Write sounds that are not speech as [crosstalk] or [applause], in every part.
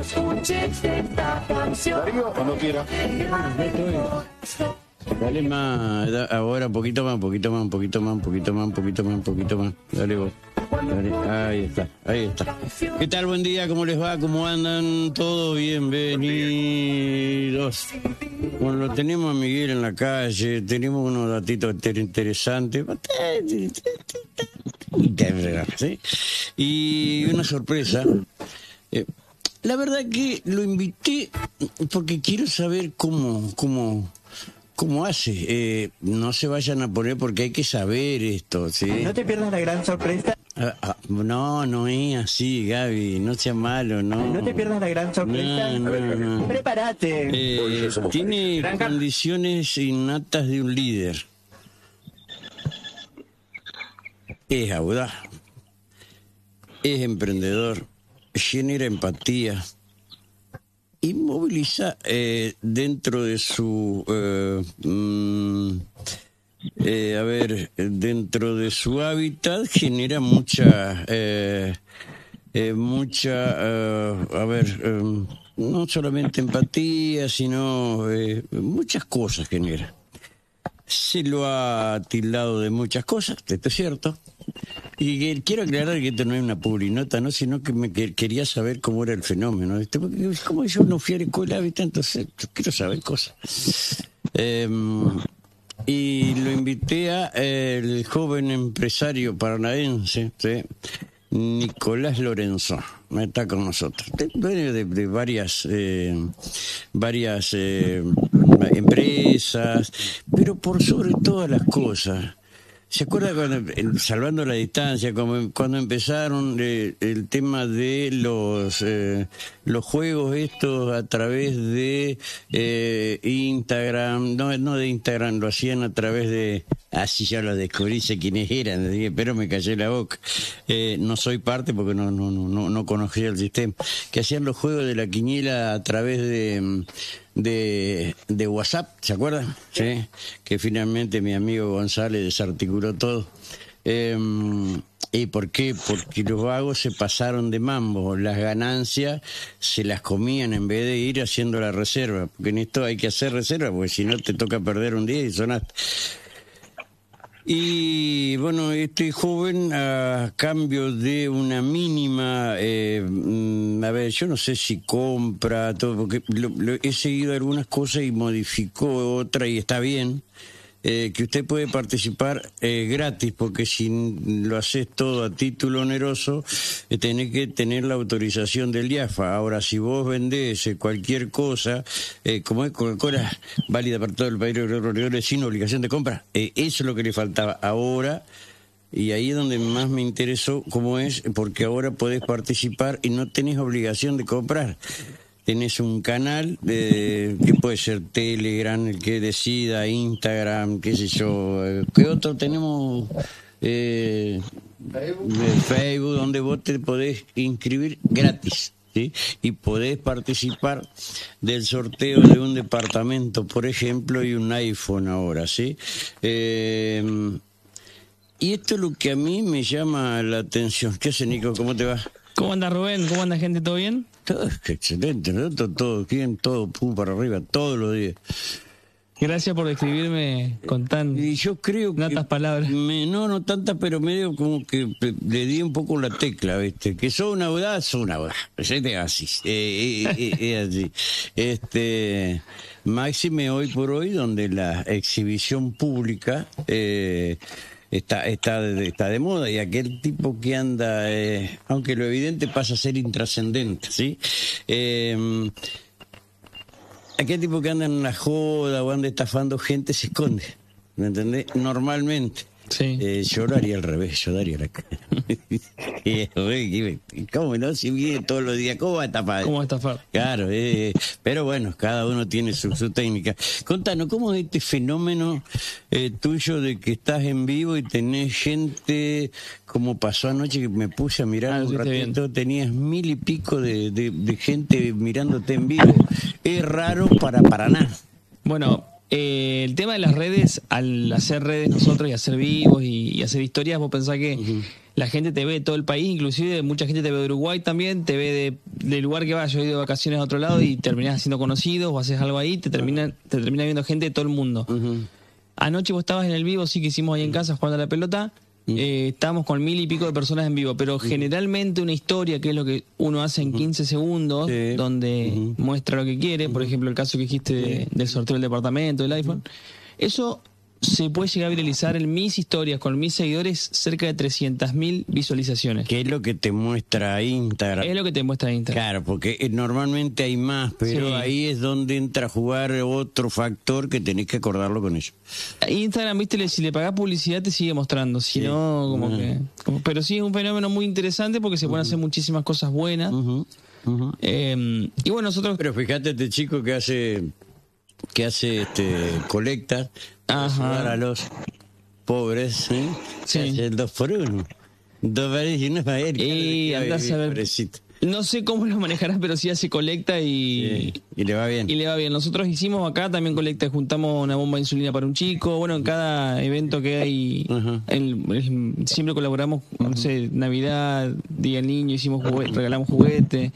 escuches esta canción. ¿Darío o no quiera? Dale más, da- ahora un poquito más, un poquito más, un poquito más, un poquito más, un poquito más, un poquito más. Dale vos. Dale, Ahí está, ahí está. ¿Qué tal? Buen día, ¿cómo les va? ¿Cómo andan? Todo bienvenidos. Bueno, lo tenemos a Miguel en la calle, tenemos unos datitos inter- interesantes. ¿sí? Y una sorpresa. Eh, la verdad que lo invité porque quiero saber cómo, cómo, cómo hace. Eh, no se vayan a poner porque hay que saber esto, ¿sí? No te pierdas la gran sorpresa. Ah, ah, no, no es así, Gaby. No sea malo, no. No te pierdas la gran sorpresa. No, no, no. Prepárate. Eh, tiene condiciones innatas de un líder. Es audaz. Es emprendedor. Genera empatía. Y moviliza eh, dentro de su. eh, mm, eh, a ver, dentro de su hábitat genera mucha. eh, eh, mucha, eh, a ver, eh, no solamente empatía, sino eh, muchas cosas genera. Se lo ha tildado de muchas cosas, esto es cierto. Y que- quiero aclarar que esto no es una publinota, ¿no? sino que me que- quería saber cómo era el fenómeno. Este, porque Como yo no fui a la escuela, ¿viste? entonces yo quiero saber cosas. Em, y lo invité a eh, el joven empresario paranaense, ¿sí? Nicolás Lorenzo, está con nosotros. Dueño de, de varias, eh, varias eh, empresas, pero por sobre todas las cosas. ¿Se acuerda cuando, eh, salvando la distancia, como- em, cuando empezaron eh, el tema de los eh, los juegos estos a través de eh, Instagram? No, no de Instagram, lo hacían a través de... Así ya lo descubrí, sé quiénes eran, dije, pero me callé la boca. Eh, no soy parte porque no, no, no, no, no conocía el sistema. Que hacían los juegos de la quiniela a través de... mm, de, de WhatsApp, ¿se acuerdan? Sí. Que finalmente mi amigo González desarticuló todo. Eh, ¿Y por qué? Porque los vagos se pasaron de mambo, las ganancias se las comían en vez de ir haciendo la reserva, porque en esto hay que hacer reserva, porque si no te toca perder un día y sonaste. Y bueno, este joven a cambio de una mínima, eh, mm, a ver, yo no sé si compra, todo, porque lo- lo- he seguido algunas cosas y modificó otra y está bien, eh, que usted puede participar eh, gratis, porque si n- lo haces todo a título oneroso, eh, tenés que tener la autorización del IAFA. Ahora, si vos vendés eh, cualquier cosa, eh, como es Coca-Cola, válida para todo el país de los reuniones sin obligación de compra, eh, eso es lo que le faltaba ahora. Y ahí es donde más me interesó cómo es, porque ahora podés participar y no tenés obligación de comprar. Tenés un canal de, que puede ser Telegram, el que decida, Instagram, qué sé yo. eh, ¿Qué otro tenemos? Eh, de Facebook, donde vos te podés inscribir gratis. ¿sí? Y podés participar del sorteo de un departamento, por ejemplo, y un iPhone ahora. ¿sí? Eh, y esto es lo que a mí me llama la atención. ¿Qué hace, Nico? ¿Cómo te va? ¿Cómo anda Rubén? ¿Cómo anda gente? ¿Todo bien? Todo es que excelente, nosotros todo bien, todo pum para arriba, todos los días. Gracias por describirme con tan... Y yo creo que... Tantas palabras. me- no, no tantas, pero medio como que pe- le di un poco la tecla, ¿viste? Que sos una audaz, sos una audaz. Es así, eh, eh, eh, es así. Este, máxime hoy por hoy, donde la exhibición pública... eh, Está, está, de, está de moda y aquel tipo que anda, eh, aunque lo evidente pasa a ser intrascendente, ¿sí? Em, aquel tipo que anda en la joda o anda estafando gente se esconde. ¿Me entendés? Normalmente. Sí. Eh, yo lo haría al revés, yo daría la cara. [laughs] Eh, Y, güey, y, ¿Cómo no? Si viene todos los días, ¿cómo va a estafar? ¿Cómo estafar? Claro, eh, pero bueno, cada uno tiene su, su técnica. Contanos, ¿cómo es este fenómeno eh, tuyo de que estás en vivo y tenés gente, como pasó anoche que me puse a mirar Ah, un estuviste bien. ratito, tenías mil y pico de, de- de gente mirándote en vivo? Es raro para Paraná. Bueno, eh, el tema de las redes, al hacer redes nosotros y hacer vivos y, y hacer historias, vos pensás que la gente te ve de todo el país, inclusive mucha gente te ve de Uruguay también, te ve de- del lugar que vas. Yo he ido de vacaciones a otro lado y terminás siendo conocido o haces algo ahí, te termina, te termina viendo gente de todo el mundo. Anoche vos estabas en el vivo, sí que hicimos ahí en casa jugando a la pelota. Eh, estábamos con mil y pico de personas en vivo, pero generalmente una historia, que es lo que uno hace en 15 segundos, Sí. donde muestra lo que quiere, por ejemplo, el caso que dijiste de- del sorteo del departamento, del iPhone, eso se puede llegar a viralizar en mis historias con mis seguidores cerca de 300.000 visualizaciones. ¿Qué es lo que te muestra Instagram? Es lo que te muestra Instagram. Claro, porque eh, normalmente hay más, pero Sí. ahí es donde entra a jugar otro factor que tenés que acordarlo con eso. Instagram, viste, le- si le pagás publicidad te sigue mostrando, si no, como que... como- pero sí es un fenómeno muy interesante porque se pueden hacer muchísimas cosas buenas. Eh, y bueno, nosotros... Pero fíjate este chico que hace que hace este colectas para Ajá. ayudar a los pobres, ¿sí? Sí. Hace el dos por uno. Dos pares y uno para él. claro, y que va a eh, andás vivir, a ver... pobrecito. No sé cómo lo [laughs] manejarás, pero sí hace colecta y... Eh, y le va bien. Y le va bien. Nosotros hicimos acá también colecta, juntamos una bomba de insulina para un chico. Bueno, en cada evento que hay, Ajá. el- el- siempre colaboramos, no sé, Navidad, Día del Niño, hicimos juguete, regalamos juguetes.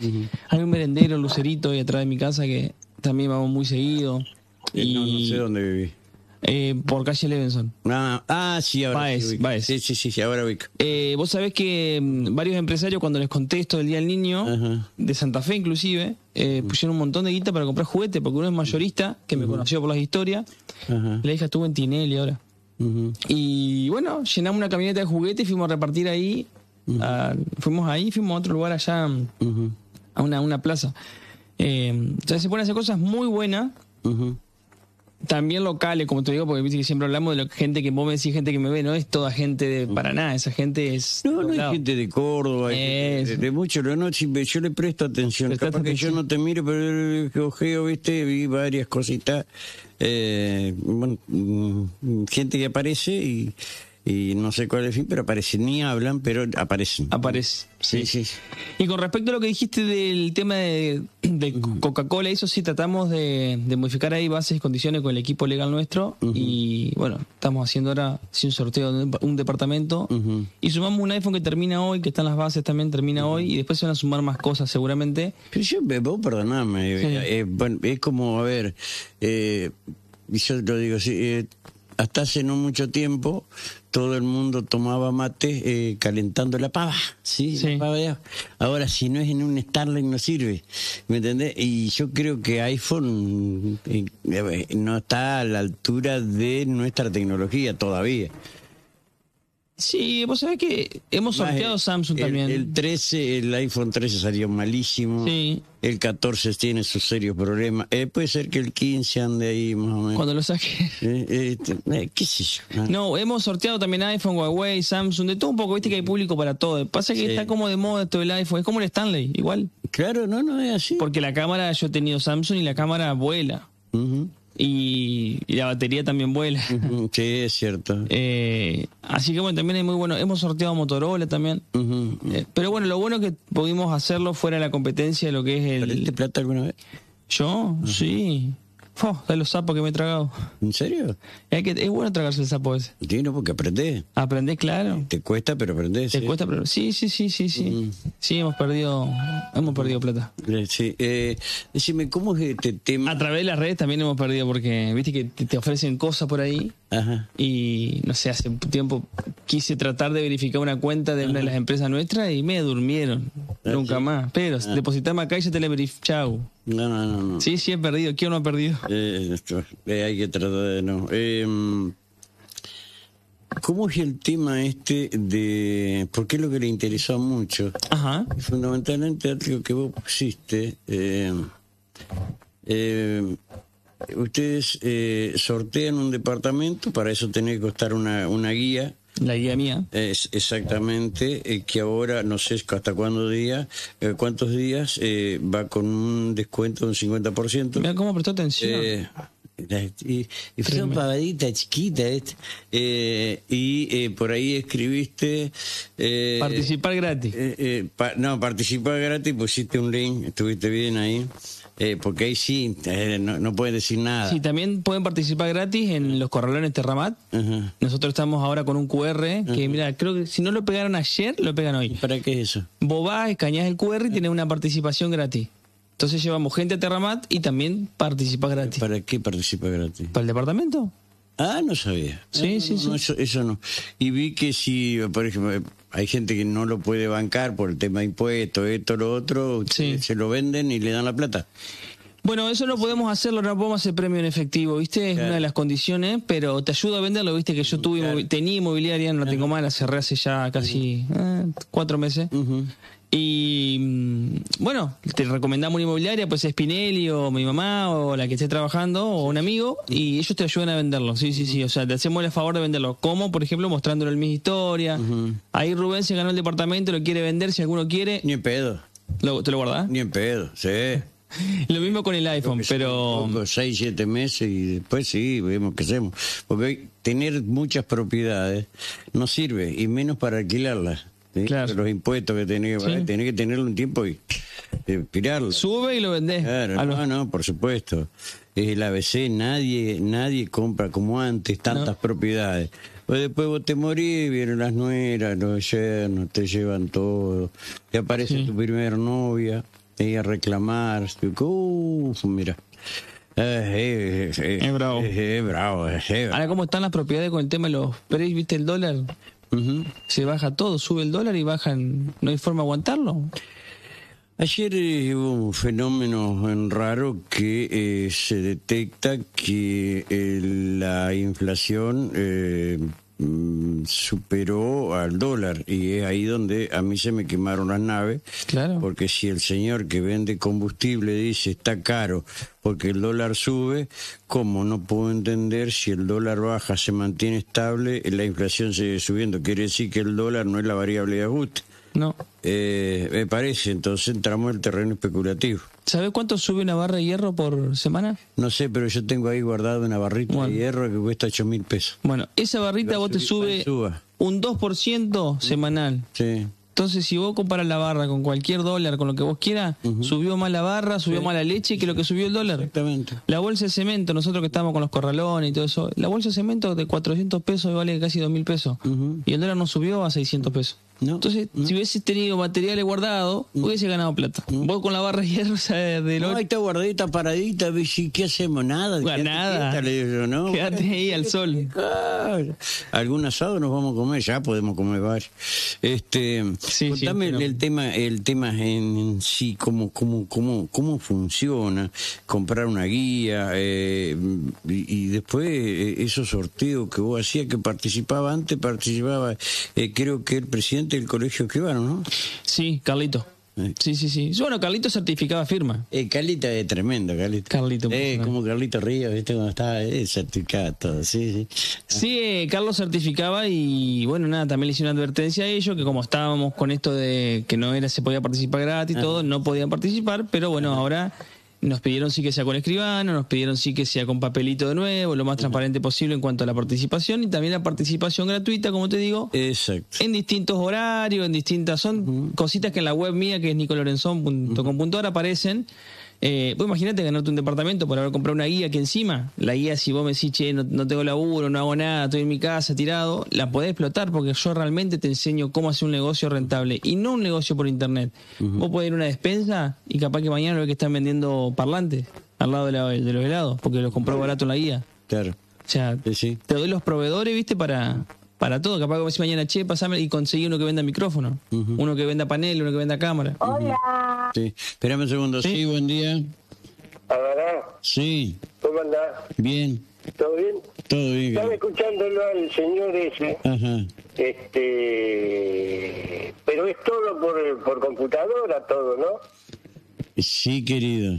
Hay un merendero, lucerito, ahí atrás de mi casa que también vamos muy seguido. Eh, Y No, no sé dónde viví. eh, por calle Levenson. Ah, ah, sí, ahora Baez, sí. ubico. Baez. Sí, sí, sí, sí, ahora ubico. Eh, vos sabés que mm, varios empresarios, cuando les contesto el Día del Niño, Ajá. de Santa Fe inclusive, eh, pusieron un montón de guita para comprar juguetes, porque uno es mayorista, que me conoció por las historias. Ajá. La hija estuvo en Tinelli ahora. Ujú. Y bueno, llenamos una camioneta de juguetes y fuimos a repartir ahí. a- fuimos ahí, fuimos a otro lugar allá, Ujú. a una, una plaza. Eh, entonces se ponen a hacer cosas muy buenas, Ujú. también locales, como te digo, porque viste que siempre hablamos de la gente que vos me decís, gente que me ve, no es toda gente de Paraná, esa gente es... No, de no otro hay lado. gente de Córdoba, hay gente de, Eso. de mucho, pero no, si me- yo le presto atención. Prestaste Capaz que yo atención. no te miro, pero yo ojeo, viste, vi varias cositas. eh, bueno, mm, gente que aparece y, y no sé cuál es el fin, pero aparecen, ni hablan, pero aparecen. Aparece. Sí, sí. sí. Y con respecto a lo que dijiste del tema de, de Coca-Cola, eso sí tratamos de, de modificar ahí bases y condiciones con el equipo legal nuestro. Y bueno, estamos haciendo ahora sí, un sorteo de un dep- un departamento. Ujú. Y sumamos un iPhone que termina hoy, que están las bases también, termina hoy. Y después se van a sumar más cosas seguramente. Pero yo, me- vos perdoname, Sí. eh, eh, bueno, es como, a ver, eh, y yo lo digo así, eh, hasta hace no mucho tiempo todo el mundo tomaba mate eh, calentando la pava, ¿sí? Sí. La pava de ajo. Ahora, si no es en un Starling no sirve, ¿me entendés? Y yo creo que iPhone eh, a ver, no está a la altura de nuestra tecnología todavía. Sí, vos sabés que hemos Más sorteado el- Samsung el- también. El 13, el iPhone 13 salió malísimo. Sí. El 14 tiene sus serios problemas. Eh, puede ser que el 15 ande ahí más o menos. Cuando lo saqué. Eh, eh, t- eh, ¿Qué sé yo? Ah, No, hemos sorteado también iPhone, Huawei, Samsung, de todo un poco, viste que hay público para todo. Pasa que Sí. está como de moda esto del iPhone, es como el Stanley, igual. Claro, no, no es así. Porque la cámara, yo he tenido Samsung y la cámara vuela. Ujú. Y, y la batería también vuela. Ujú, Sí, es cierto. [laughs] Eh, así que bueno, también es muy bueno. Hemos sorteado Motorola también. Ujú. Eh, pero bueno, lo bueno es que pudimos hacerlo fuera de la competencia de lo que es ¿Perdiste el... plata alguna vez? ¿Yo? Sí. Fo, de los sapos que me he tragado. ¿En serio? Es, que, es bueno tragarse el sapo ese. Sí, no, porque aprendés. Aprendés, claro. Te cuesta, pero aprendés. Te sí. cuesta, pero... Sí, sí, sí, sí, sí. Sí, hemos perdido... Hemos perdido plata. Eh, sí. Eh, decime, ¿cómo es este A tema? través de las redes también hemos perdido porque, viste, que te te ofrecen cosas por ahí. Ajá. Y no sé, hace tiempo quise tratar de verificar una cuenta de una de las empresas nuestras y me durmieron. Ah, Nunca más. Pero depositame acá y ya te la verifico. Chau. No, no, no. no. Sí, sí, he perdido. ¿Quién no ha perdido? Eh, esto, eh, hay que tratar de no. Eh, ¿Cómo es el tema este de.? Porque es lo que le interesó mucho. Ajá. Y Fundamentalmente algo que vos pusiste. eh, eh, ustedes eh, sortean un departamento, para eso tenés que costar una, una guía. La guía mía. Es exactamente eh, que ahora, no sé hasta cuándo día, eh, cuántos días, eh, va con un descuento de un 50%. Mira cómo prestó atención. Eh, Era- Y, y fue una pavadita chiquita. este. Eh, y eh, por ahí escribiste. eh, Participar gratis. eh, eh, pa- no, participar gratis, pusiste un link, estuviste bien ahí. Eh, porque ahí sí, eh, no, no puedes decir nada. Sí, también pueden participar gratis en los corralones Terramat. Ajá. Nosotros estamos ahora con un QR que, mira, creo que si no lo pegaron ayer, lo pegan hoy. ¿Para qué es eso? Vos vas, escaneás el QR y tenés una participación gratis. Entonces llevamos gente a Terramat y también participás gratis. ¿Para qué participar gratis? ¿Para el departamento? Ah, no sabía. Sí, No, sí, no, sí. no, eso, eso no. Y vi que si, por ejemplo, hay gente que no lo puede bancar por el tema de impuestos, esto, lo otro, Sí. se- se lo venden y le dan la plata. Bueno, eso no podemos hacerlo, no podemos hacer premio en efectivo, ¿viste? Es Claro. una de las condiciones, pero te ayudo a venderlo, ¿viste? Que yo tuve Claro. inmovi- tenía inmobiliaria, no la tengo mal, la cerré hace ya casi eh, cuatro meses. Y mm, bueno, te recomendamos una inmobiliaria, pues Spinelli o mi mamá o la que esté trabajando o un amigo, y ellos te ayudan a venderlo. Sí, sí, sí. O sea, te hacemos el favor de venderlo. Como, por ejemplo, mostrándolo en mis historias. Ahí Rubén se ganó el departamento, lo quiere vender. Si alguno quiere, Ni en pedo, lo- te lo ¿eh? guardás. ni en pedo, sí. Lo mismo con el iPhone, pero. Poco, Seis, siete meses y después sí, vemos qué hacemos. Porque hoy tener muchas propiedades no sirve, y menos para alquilarlas. ¿sí? Claro. Los impuestos que tenés que pagar, Sí. tenés que tenerlo un tiempo y eh, tirarlo. Sube y lo vendés. Claro, A los- no, no, por supuesto. El ABC, nadie nadie compra como antes tantas No. propiedades. Pues después vos te morís, vienen las nueras, los yernos, te llevan todo. Te aparece tu primer novia, te iba a reclamar. Uff, mira. Eh, eh, eh, Es bravo. eh, eh, bravo, eh, eh, Ahora, ¿cómo están las propiedades con el tema de los precios? ¿Viste el dólar? Ujú. Se baja todo, sube el dólar y bajan. ¿No hay forma de aguantarlo? Ayer eh, hubo un fenómeno en raro que eh, se detecta que eh, la inflación eh, mm, superó al dólar y es ahí donde a mí se me quemaron las naves. Claro. Porque si el señor que vende combustible dice está caro porque el dólar sube, ¿cómo no puedo entender si el dólar baja, se mantiene estable, la inflación sigue subiendo? Quiere decir que el dólar no es la variable de ajuste. No. Eh, me parece, entonces entramos en el terreno especulativo. ¿Sabes cuánto sube una barra de hierro por semana? No sé, pero yo tengo ahí guardada una barrita Bueno. de hierro que cuesta 8 mil pesos. Bueno, esa barrita Va a vos te subir, sube suba. un 2% semanal. Sí. Entonces, si vos comparas la barra con cualquier dólar, con lo que vos quieras, subió más la barra, subió más la leche que lo que subió el dólar. Exactamente. La bolsa de cemento, nosotros que estamos con los corralones y todo eso, la bolsa de cemento de 400 pesos vale casi 2.000 pesos. Y el dólar no subió a 600 pesos. No. Mm. Entonces, si hubiese tenido materiales guardados, hubiese ganado plata. Vos con la barra de hierro, [laughs] o sea, de No, lo... ahí está guardadita, paradita, ¿y qué hacemos? Nada. Bueno, quédate nada. quieta, le digo yo, ¿no? Quédate ahí al sol. Claro. Algún asado nos vamos a comer, ya podemos comer varios. Este, Sí, contame sí, pero- el tema, el tema en, en sí, cómo, cómo, cómo, cómo funciona, comprar una guía eh, y, y después eh, esos sorteos que vos hacías, que participaba antes, participaba, eh, creo que el presidente del colegio escribano, ¿no? Sí, Carlito. Eh. Sí, sí, sí. Bueno, Carlito certificaba firma. Eh, Carlita es tremendo, Carlita. Carlito, Eh, personal. como Carlito Ríos, ¿viste? Cuando estaba eh, certificado, todo, sí, sí. Sí, eh, Carlos certificaba y bueno, nada, también le hice una advertencia a ellos que como estábamos con esto de que no era se podía participar gratis y todo, no podían participar, pero bueno, ahora nos pidieron sí que sea con escribano, nos pidieron sí que sea con papelito de nuevo, lo más transparente posible en cuanto a la participación y también la participación gratuita, como te digo, Exacto. en distintos horarios, en distintas. Son cositas que en la web mía, que es nicolorenzon.com.ar, aparecen. Eh, vos imaginate ganarte un departamento por haber comprado una guía que encima, la guía si vos me decís, che, no, no tengo laburo, no hago nada, estoy en mi casa tirado, la podés explotar porque yo realmente te enseño cómo hacer un negocio rentable y no un negocio por internet. Vos podés ir a una despensa y capaz que mañana lo que están vendiendo parlantes al lado de, la- de los helados porque los compró barato en la guía. Claro. O sea, Sí, sí. te doy los proveedores, ¿viste? Para, para todo. Capaz que vos decís mañana, che, pasame y conseguí uno que venda micrófono, uno que venda panel, uno que venda cámara. Sí. Espérame un segundo. Sí, buen día. Ahora, Sí, ¿cómo andás? bien. ¿Todo bien? Todo bien. Estaba gra- escuchándolo al señor ese, Ajá. este, pero es todo por, por computadora, todo, ¿no? Sí, querido.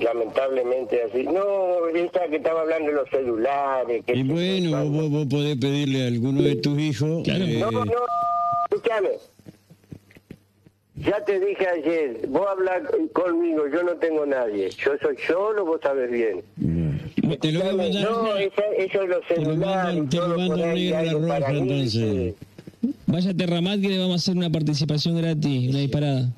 Lamentablemente así. No, esta que estaba hablando de los celulares. Que Y bueno, vos, vos podés pedirle a alguno de tus hijos. eh, No, no, escúchame. Ya te dije ayer, vos hablas conmigo, yo no tengo nadie. Yo soy solo, vos sabes bien. Te lo voy a mandar. No, esa, eso es los Te lo celulares, mandan- te lo todo por mandan ahí negro a la hay roja, para mí, entonces. Vaya a Terramat que le vamos a hacer una participación gratis, una disparada.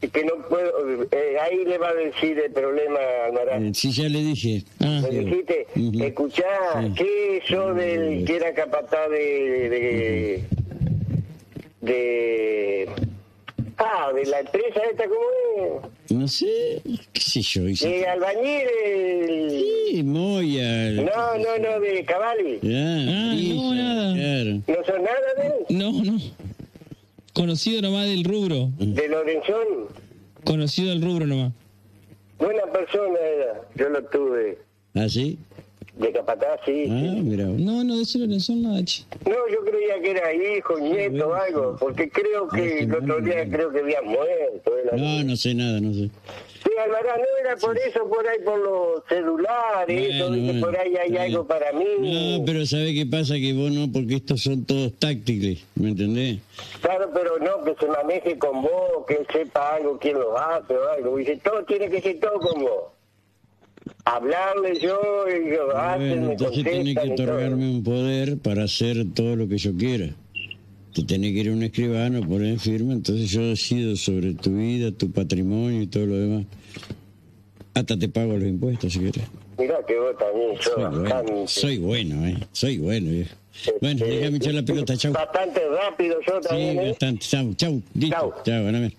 que- que no puedo, eh, ahí le va a decir el problema Almaraz. Eh, Sí, ya le dije. Ah, ¿Me dijiste? Ujú. Escuchá, que yo del que era capataz de... de, de- Ah, de la empresa esta, ¿cómo No sé, qué sé yo. es? Dice. De albañil, el- Sí, Moya. No, no, no, de Cavalli. Ah, no, nada. Claro. ¿No son nada de él? no, no. Conocido nomás del rubro. De Lorenzón. Conocido del rubro nomás. Buena persona era. Yo lo tuve. ¿Ah, sí? De capataz, sí. Ah, mira. No, no, de eso no son nada, che. No, yo creía que era hijo, nieto o algo. Porque creo que el otro día creo que había muerto. era- No, no sé nada, no sé. Sí, Alvará, no era por eso, por ahí por los celulares, Bueno, eso, viste, bueno, por ahí hay está algo bien. para mí. No, pero ¿sabe qué pasa? Que vos no, porque estos son todos táctiles, ¿me entendés? Claro, pero no, que se maneje con vos, que él sepa algo, quién lo hace o algo. Dice, todo tiene que ser todo con vos. Hablarle yo, y yo, Bueno, hacen, me entonces contestan tenés que y todo. otorgarme un poder para hacer todo lo que yo quiera. Te tenés que ir a un escribano, poner firma, entonces yo decido sobre tu vida, tu patrimonio y todo lo demás. Hasta te pago los impuestos, si querés. Mirá que vos también sos Soy bueno, bastante... soy bueno, eh. Soy bueno, viejo. Bueno, este, déjame echar la pelota, chau. Bastante rápido yo Sí, también, ¿eh? bastante. Chau, chau. Listo. Chau. Chau, bueno, a ver.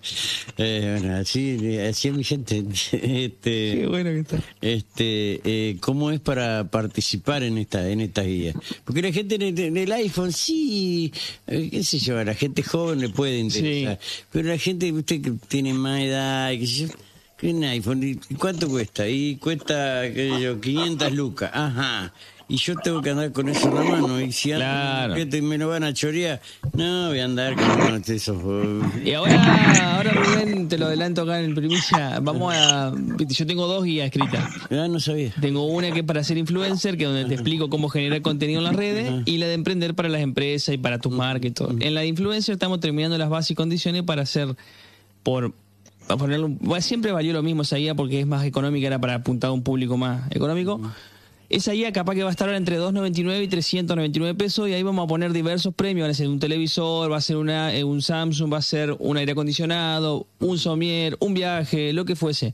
Eh, bueno, así, así es mi gente. [laughs] Este, Qué bueno que está. este, eh, cómo es para participar en esta en esta guía. Porque la gente en el, en el iPhone, sí, eh, qué sé yo, a la gente joven le puede interesar. Pero la gente, usted que tiene más edad, qué sé yo, que un iPhone, ¿y ¿cuánto cuesta? Y cuesta, qué sé yo, 500 lucas. Ajá. Y yo tengo que andar con eso en la mano. Y si ando con un Claro. objeto y me lo van a chorear, no voy a andar con esos. eh, Y ahora, ahora Rubén, te lo adelanto acá en primicia. Vamos a. Yo tengo dos guías escritas. Ah, no sabía. Tengo una que es para ser influencer, que es donde te explico cómo generar contenido en las redes, y la de emprender para las empresas y para tus marcas y todo. En la de influencer estamos terminando las bases y condiciones para hacer, por para ponerlo, bueno, siempre valió lo mismo esa guía porque es más económica, era para apuntar a un público más económico. Esa guía capaz que va a estar ahora entre 2.99 y 399 pesos y ahí vamos a poner diversos premios. Van a ser un televisor, va a ser una, eh, un Samsung, va a ser un aire acondicionado, un somier, un viaje, lo que fuese.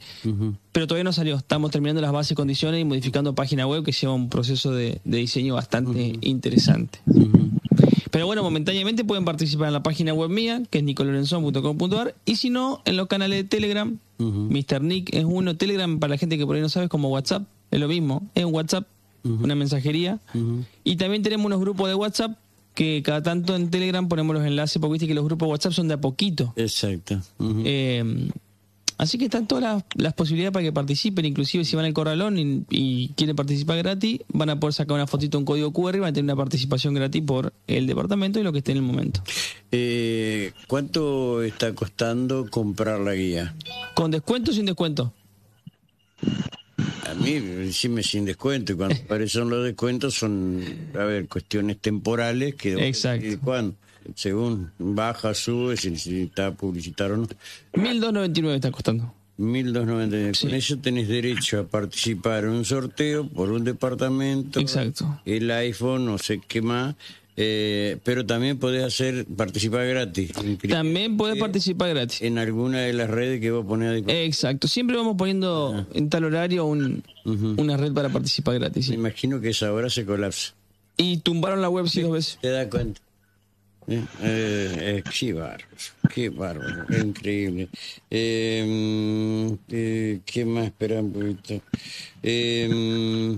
Pero todavía no salió. Estamos terminando las bases y condiciones y modificando página web que lleva un proceso de, de diseño bastante interesante. Pero bueno, momentáneamente pueden participar en la página web mía, que es nicolorenzon.com.ar, y si no, en los canales de Telegram. Mr. Nick es uno. Telegram, para la gente que por ahí no sabe, es como WhatsApp. Es lo mismo. Es un WhatsApp, una mensajería. Y también tenemos unos grupos de WhatsApp que cada tanto en Telegram ponemos los enlaces, porque viste que los grupos de WhatsApp son de a poquito. Exacto. Mm. Ujú. Eh, así que están todas las, las posibilidades para que participen, inclusive si van al corralón y, y quieren participar gratis, van a poder sacar una fotito, un código QR y van a tener una participación gratis por el departamento y lo que esté en el momento. Eh, ¿Cuánto está costando comprar la guía? ¿Con descuento o sin descuento? A mí, me sin descuento, y cuando [laughs] aparecen los descuentos son, a ver, cuestiones temporales que vos Exacto. decidís cuándo, según baja, sube, si necesita publicitar o no. 1.299 está costando. 1299. Con eso tenés derecho a participar en un sorteo por un departamento, Exacto. el iPhone, no sé qué más, eh, pero también podés hacer participar gratis inscri- También puedes participar gratis. en alguna de las redes que vos ponés a disposición. Exacto, siempre vamos poniendo en tal horario un- una red para participar gratis. Me sí. imagino que esa hora se colapsa. Y tumbaron la web sí dos veces. Te da cuenta. Eh, eh, qué bárbaro, qué bárbaro, increíble. Eh, eh, ¿Qué más? Espera un poquito. Eh,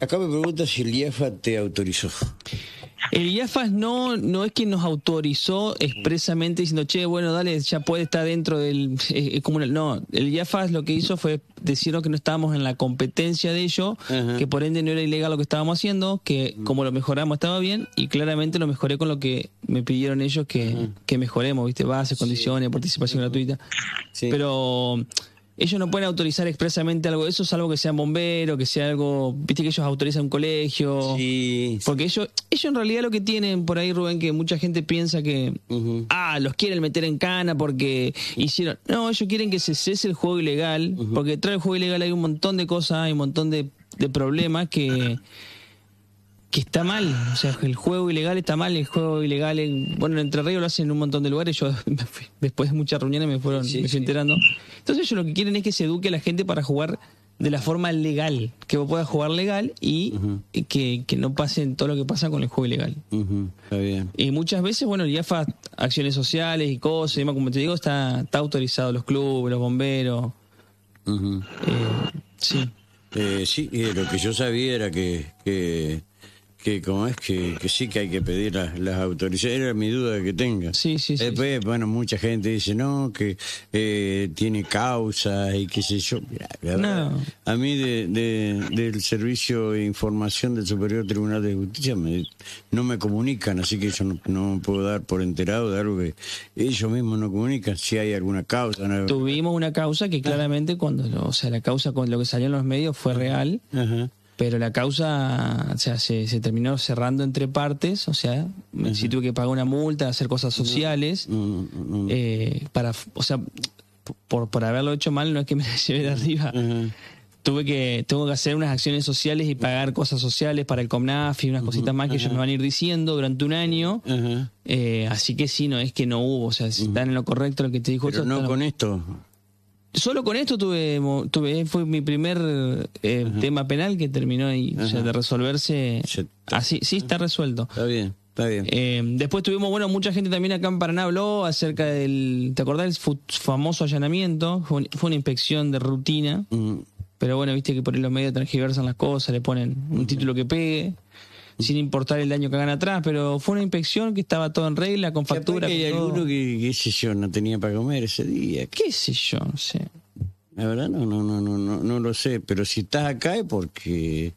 acá me pregunta si el IAFA te autorizó. El IAFAS no, no es que nos autorizó expresamente diciendo, che, bueno, dale, ya puede estar dentro del eh, eh, comunal. No, el IAFAS lo que hizo fue decirnos que no estábamos en la competencia de ello, Ajá. Mm. que por ende no era ilegal lo que estábamos haciendo, que como lo mejoramos estaba bien, y claramente lo mejoré con lo que me pidieron ellos que, que mejoremos, ¿viste? Bases, condiciones, participación gratuita. Sí. Pero Ellos no pueden autorizar expresamente algo de eso, salvo que sean bomberos, que sea algo. Viste que ellos autorizan un colegio. Sí, Porque ellos, ellos en realidad lo que tienen por ahí, Rubén, que mucha gente piensa que, ah, los quieren meter en cana porque hicieron... No, ellos quieren que se cese el juego ilegal, porque detrás del juego ilegal hay un montón de cosas, hay un montón de, de problemas que, que está mal. O sea, el juego ilegal está mal, el juego ilegal, en, bueno, en Entre Ríos lo hacen en un montón de lugares, yo [laughs] me fui- después de muchas reuniones me fueron me fui enterando. Entonces ellos lo que quieren es que se eduque a la gente para jugar de la forma legal, que vos puedas jugar legal y y que, que no pasen todo lo que pasa con el juego ilegal. ujú, está bien. Y muchas veces, bueno, el IAFA, acciones sociales y cosas, y demás, como te digo, está, está autorizado los clubes, los bomberos. ujú. eh, sí. Eh, sí, eh, lo que yo sabía era que, que, que como es que, que sí que hay que pedir las, las autorizaciones, era mi duda que tenga. Sí, sí, sí. Después, bueno, mucha gente dice, no, que eh, tiene causa y qué sé yo. Mirá, la verdad, No. A mí de- de- del Servicio de Información del Superior Tribunal de Justicia me- no me comunican, así que yo no, no puedo dar por enterado de algo que ellos mismos no comunican, si hay alguna causa. no hay- Tuvimos una causa que claramente, cuando, o sea, la causa con lo que salió en los medios fue real, Ajá. pero la causa, o sea, se, se terminó cerrando entre partes, o sea, si tuve que pagar una multa, hacer cosas sociales. Mm, mm, eh, para o sea por, por haberlo hecho mal no es que me la [laughs] lleve de arriba Ajá. tuve que tengo que hacer unas acciones sociales y pagar cosas sociales para el COMNAF y unas cositas más que ellos me van a ir diciendo durante un año ajá. Eh, así que sí no es que no hubo o sea si están en lo correcto lo que te dijo Pero esto, no está- con esto. solo con esto tuve mo- tuve fue mi primer eh, tema penal que terminó ahí, o sea, de resolverse Se- así sí está resuelto Está bien, está bien. eh, después tuvimos, bueno, mucha gente también acá en Paraná habló acerca del, ¿te acordás del fu- famoso allanamiento? Fue, un- fue una inspección de rutina, Mm, pero bueno, viste que por ahí los medios transgiversan las cosas, le ponen un título que pegue, sin importar el daño que hagan atrás, pero fue una inspección que estaba todo en regla, con factura. Capaz que hay con todo. alguno que, qué sé yo, no tenía para comer ese día. ¿Qué sé yo? No sé. La verdad no, no, no, no, no, no lo sé. Pero si estás acá es porque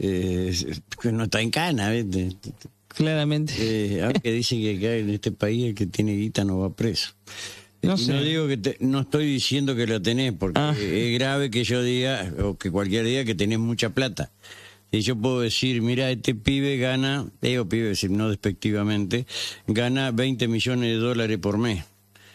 eh, es- que no está en cana, ¿viste? Claramente. Eh, aunque dicen que acá en este país el que tiene guita no va preso. No No, sé. digo que te- no estoy diciendo que lo tenés, porque Ah. es grave que yo diga, o que cualquier día que tenés mucha plata. Y yo puedo decir, mira, este pibe gana, digo pibe, decir, no despectivamente, gana 20 millones de dólares por mes.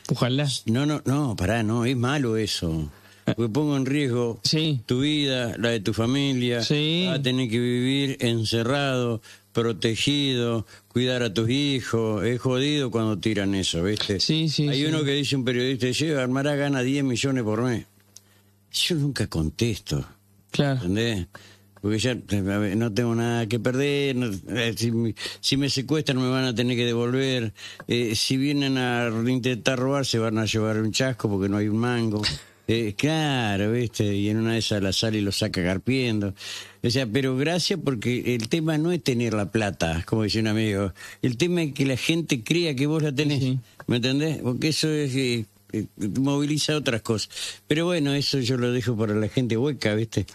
Ojalá. No, no, no, pará, no, es malo [laughs] eso. Porque pongo en riesgo Sí. tu vida, la de tu familia. Sí. Vas a tener que vivir encerrado, protegido, cuidar a tus hijos. Es jodido cuando tiran eso, ¿viste? Sí, sí, Hay sí. uno que dice un periodista, llega, Armará gana 10 millones por mes. Yo nunca contesto, Claro. ¿entendés? Porque ya a ver, no tengo nada que perder, no- eh, si, me- si me secuestran me van a tener que devolver, eh, si vienen a intentar robar se van a llevar un chasco porque no hay un mango. Eh, claro, ¿viste? Y en una de esas la sale y lo saca carpiendo. O sea, pero gracias porque el tema no es tener la plata, como dice un amigo. El tema es que la gente crea que vos la tenés. Sí. ¿Me entendés? Porque eso es, eh, eh, moviliza otras cosas. Pero bueno, eso yo lo dejo para la gente hueca, ¿viste?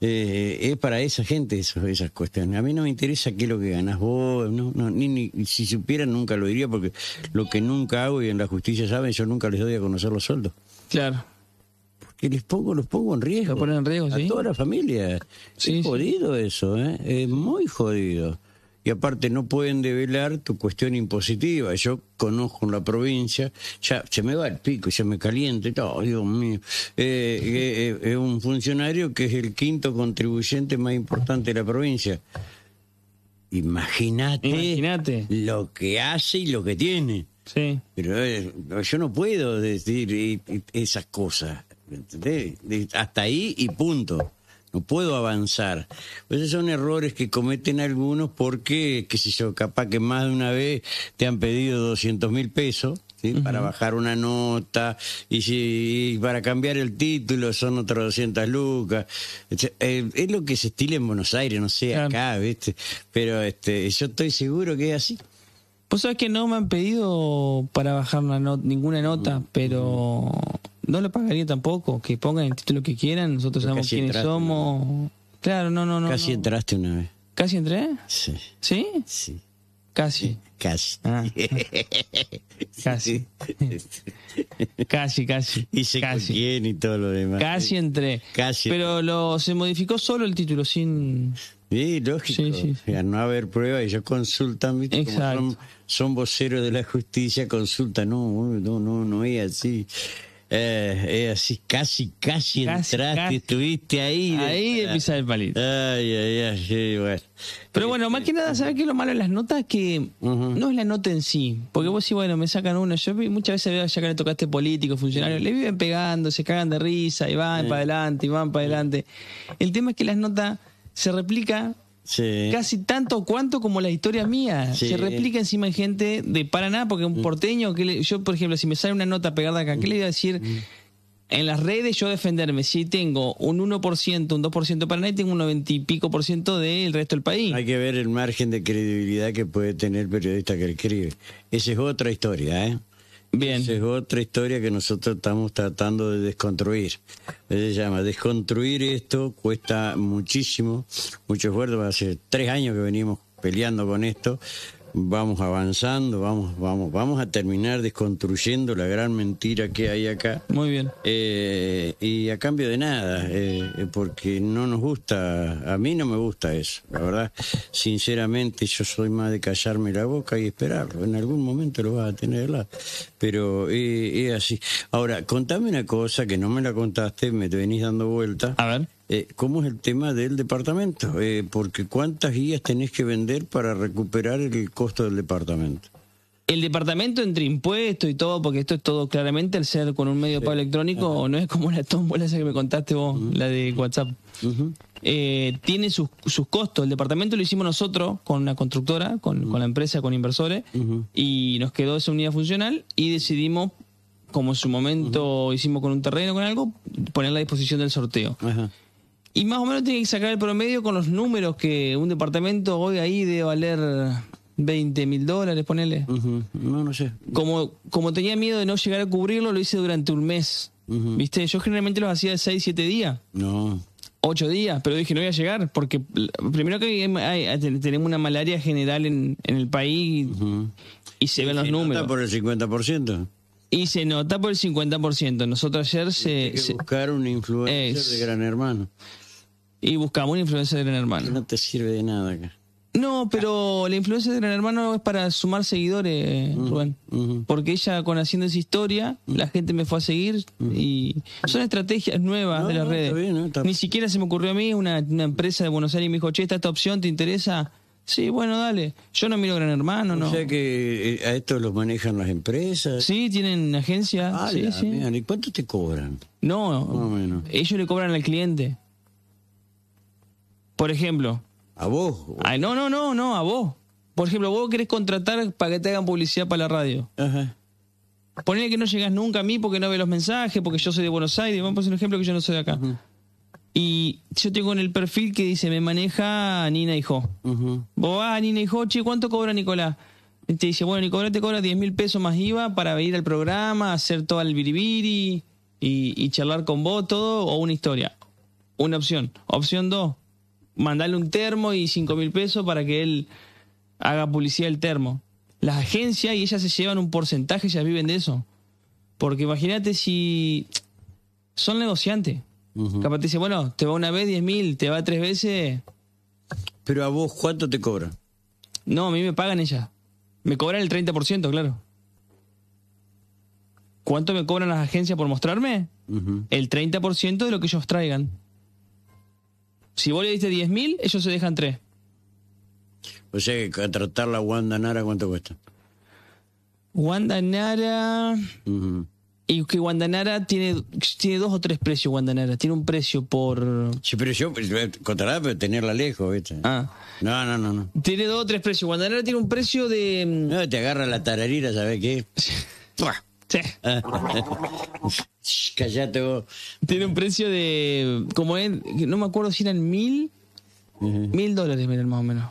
Eh, es para esa gente eso, esas cuestiones. A mí no me interesa qué es lo que ganás vos, no, no, ni, ni- si supiera nunca lo diría, porque lo que nunca hago y en la justicia saben, yo nunca les doy a conocer los sueldos. Claro. Porque les pongo, los pongo en riesgo. Lo ponen en riesgo, a sí. toda la familia. Sí, es sí. jodido eso, ¿eh? Es muy jodido. Y aparte no pueden develar tu cuestión impositiva. Yo conozco en la provincia, ya se me va el pico, se me caliente, no, oh, Dios mío. Eh, eh, eh, eh, un funcionario que es el quinto contribuyente más importante de la provincia. Imagínate Imagínate. lo que hace y lo que tiene. Sí. Pero eh, yo no puedo decir eh, eh, esas cosas. ¿entendés? De- Hasta ahí y punto. No puedo avanzar. Pues esos son errores que cometen algunos porque, qué sé yo, capaz que más de una vez te han pedido 200 mil pesos ¿sí? para bajar una nota y, si, y para cambiar el título son otras 200 lucas. Etc. Eh, es lo que se estila en Buenos Aires, no sé, Claro. acá, ¿viste? Pero este, yo estoy seguro que es así. Vos sabés que no me han pedido para bajar una no- ninguna Mm, nota, pero no lo pagaría tampoco. Que pongan el título que quieran, nosotros Pero sabemos casi quiénes entraste, somos. Claro, no, no, no. Casi no. entraste una vez. ¿Casi entré? Sí. ¿Sí? Sí, Casi. [laughs] casi. Ah, casi. Casi, casi. Hice con casi. quién y todo lo demás. Casi entré. Casi. Pero lo, se modificó solo el título, sin. Sí, lógico. Sí, sí, sí. Y al no haber pruebas, ellos consultan, ¿viste? Como Exacto. son, son voceros de la justicia, consultan. No, no, no, no es así. Eh, es así, casi, casi, Casi, entraste, casi. estuviste ahí. Ahí Ah. empieza el palito. Ay, ay, ay, sí, bueno. Pero bueno, más que nada, ¿sabes qué es lo malo de las notas? Que no es la nota en sí. Porque vos sí, bueno, me sacan una. Yo vi- muchas veces veo ya que le tocaste político, funcionario, le viven pegando, se cagan de risa y van para adelante, y van para adelante. El tema es que las notas se replica Sí. casi tanto o cuanto como las historias mías. Sí. Mm. Se replica encima en gente de Paraná, porque un porteño, que le- yo por ejemplo, si me sale una nota pegada acá, ¿qué le voy a decir? Mm. En las redes yo defenderme, si tengo un 1%, un 2% de Paraná y tengo un 90 y pico por ciento del resto del país. Hay que ver el margen de credibilidad que puede tener el periodista que escribe. Esa es otra historia, ¿eh? Bien, Esa es otra historia que nosotros estamos tratando de desconstruir. Se llama desconstruir esto, cuesta muchísimo, mucho esfuerzo. Hace tres años que venimos peleando con esto. Vamos avanzando, vamos, vamos, vamos a terminar desconstruyendo la gran mentira que hay acá. muy bien. Eh, y a cambio de nada, eh, eh, porque no nos gusta, a mí no me gusta eso, la verdad. Sinceramente, yo soy más de callarme la boca y esperarlo. En algún momento lo vas a tener la. Pero eh, es así. Ahora, contame una cosa que no me la contaste, me te venís dando vuelta. A ver. Eh, ¿Cómo es el tema del departamento? Eh, porque ¿cuántas guías tenés que vender para recuperar el costo del departamento? El departamento entre impuestos y todo, porque esto es todo claramente al ser con un medio de pago electrónico, no es como la tómbola esa que me contaste vos, la de WhatsApp. Eh, tiene sus, sus costos. El departamento lo hicimos nosotros con una constructora, con, con la empresa, con inversores, y nos quedó esa unidad funcional y decidimos, como en su momento hicimos con un terreno, con algo, ponerla a disposición del sorteo. Ajá. Y más o menos tiene que sacar el promedio con los números que un departamento hoy ahí debe valer 20 mil dólares, ponele. Ujú. No, no sé. Como, como tenía miedo de no llegar a cubrirlo, lo hice durante un mes. ¿Viste? Yo generalmente los hacía de 6, 7 días, No. 8 días, pero dije, no voy a llegar, porque l- primero que hay- hay- ten- tenemos una malaria general en, en el país y- y se ven los Se nota números. por el 50%. Y se nota por el 50%. Nosotros ayer se, Hay que se- buscar un influencer Es- de gran hermano. y buscamos una influencia de Gran Que Hermano. no te sirve de nada acá. No, pero la influencia de Gran Hermano es para sumar seguidores, Rubén. ujú. Porque ella, con haciendo esa historia, la gente me fue a seguir y son estrategias nuevas No, de las no, redes. está bien, no, está- Ni siquiera se me ocurrió a mí, una, una empresa de Buenos Aires me dijo, che, ¿está esta opción te interesa? Sí, bueno, dale. Yo no miro Gran Hermano, no. O sea que eh, a estos los manejan las empresas. Sí, tienen agencia. Ah, sí, la sí. mierda, ¿Y cuánto te cobran? No, Más o menos. ellos le cobran al cliente. Por ejemplo, ¿A vos? o- Ay, no, no, no, no, a vos. Por ejemplo, vos querés contratar para que te hagan publicidad para la radio. Ajá. Ponele que no llegás nunca a mí porque no ve los mensajes, porque yo soy de Buenos Aires. Vamos a poner un ejemplo que yo no soy de acá. Y yo tengo en el perfil que dice, me maneja Nina Hijo. ujú. Vos vas a Nina Hijo, che, ¿cuánto cobra Nicolás? Y te dice, bueno, Nicolás te cobra 10 mil pesos más IVA para ir al programa, hacer todo el biribiri y, y charlar con vos, todo, o una historia. Una opción. Opción dos, mandarle un termo y 5 mil pesos para que él haga publicidad del termo. Las agencias y ellas se llevan un porcentaje, ellas viven de eso. Porque imagínate si son negociantes. Capaz te dice, bueno, te va una vez 10 mil, te va tres veces Pero a vos, ¿cuánto te cobran? no, a mí me pagan ellas. Me cobran el 30%, claro. ¿Cuánto me cobran las agencias por mostrarme? El 30% de lo que ellos traigan. Si vos le diste 10.000, ellos se dejan 3. O sea que contratar la Wanda Nara, ¿cuánto cuesta? Guandanara... Ujú. Y que Guandanara tiene, tiene dos o tres precios, Guandanara. Tiene un precio por... Sí, pero yo, pues, eh, contratar, pero tenerla lejos, ¿viste? Ah. No, no, no, no. Tiene dos o tres precios. Guandanara tiene un precio de... mm, No, te agarra la tararira, ¿sabes qué? [laughs] Tuah. Sí. [laughs] Shh, Callate vos. Tiene un precio de. Como es. No me acuerdo si eran mil. Mil dólares, miren, más o menos.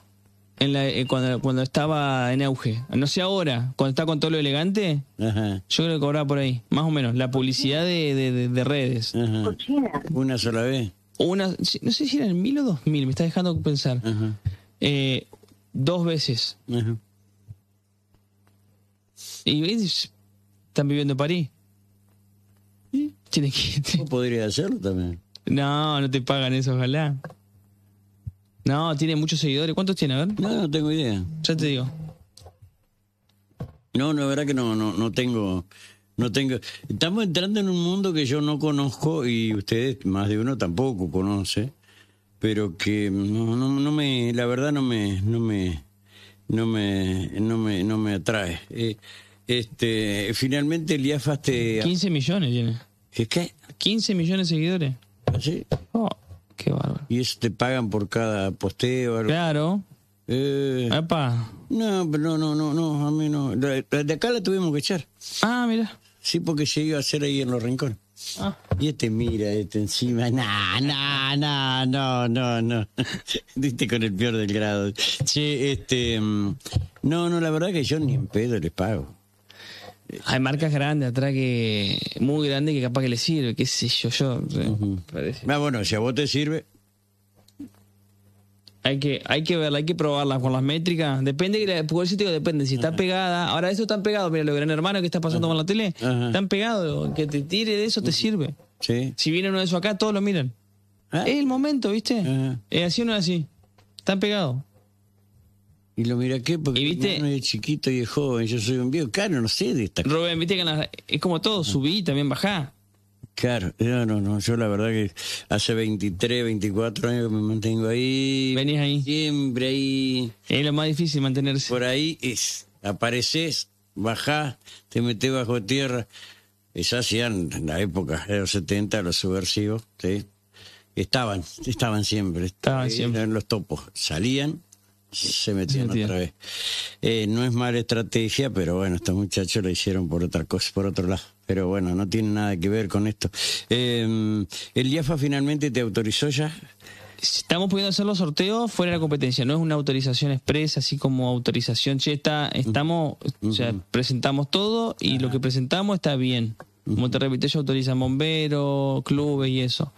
En la, eh, cuando, cuando estaba en auge. No sé ahora, cuando está con todo lo elegante. Ajá, Yo creo que cobraba por ahí. Más o menos. La publicidad de, de- de- de redes. ajá. Una sola vez. Una. si- No sé si eran mil o dos mil. Me está dejando pensar. Ajá, Eh, dos veces. ajá. Y ¿ves? están viviendo en París. chiringuito. Vos podrías hacerlo también. No, no te pagan eso, ojalá. No, tiene muchos seguidores. ¿Cuántos tiene? A ver, No, no tengo idea. ya te digo. No, la verdad que no, no, no tengo, no tengo. Estamos entrando en un mundo que yo no conozco y ustedes, más de uno, tampoco conoce, pero que no, no, no me, la verdad no me, no me, no me, no me, no me atrae. Eh, este, finalmente Eliafas te, 15 millones tiene. ¿qué? qué? ¿Ah, 15 millones de seguidores. ¿Sí? Oh, qué bárbaro. Y eso te pagan por cada posteo. algo. Claro. Eh, Epa. no, pero no, no, no, no, a mí no. La- la De acá la tuvimos que echar. Ah, mira. Sí, porque se iba a hacer ahí en los rincones. Ah. Y este mira, este encima, no, no, no, no, no, no. [laughs] Diste con el peor del grado. Che, este, mm, no, no, la verdad que yo ni en pedo les pago. Eh, Hay marcas grandes atrás que. Muy grandes que capaz que le sirve. ¿Qué sé yo? Yo. o sea, parece. Ah, bueno, si a vos te sirve, Hay que, hay que verla, hay que probarla con las métricas. Depende, que la- por eso te digo, depende. Si está pegada, ahora eso están pegados. Mira, lo gran hermano que está pasando con la tele, Ajá. están pegados. Que te tire de eso te sirve. sí. Si viene uno de esos acá, todos lo miran. Ah, Es el momento, ¿viste? Ajá. Es así o no es así. Están pegados. Y lo mira qué, porque ¿Y viste? uno es chiquito y es joven, yo soy un viejo, claro, no sé de esta Rubén, viste que en las- es como todo, subí y también bajá. Claro, no, no, no, yo la verdad que hace 23, 24 años que me mantengo ahí. Venís ahí. Siempre ahí. Es lo más difícil mantenerse. Por ahí es, apareces, bajás, te metés bajo tierra. Esa hacían en la época de los 70, los subversivos, ¿sí? Estaban, estaban siempre. Estaban siempre. Eran los topos. Salían, se metían metían. otra vez. Eh, no es mala estrategia, pero bueno, estos muchachos lo hicieron por otra cosa, por otro lado. Pero bueno, no tiene nada que ver con esto. Eh, ¿El IAFA finalmente te autorizó ya? Estamos pudiendo hacer los sorteos fuera de la competencia, no es una autorización expresa, así como autorización, che, está, estamos, o sea, presentamos todo y lo que presentamos está bien. Como te repito, ellos autorizan bomberos, clubes y eso.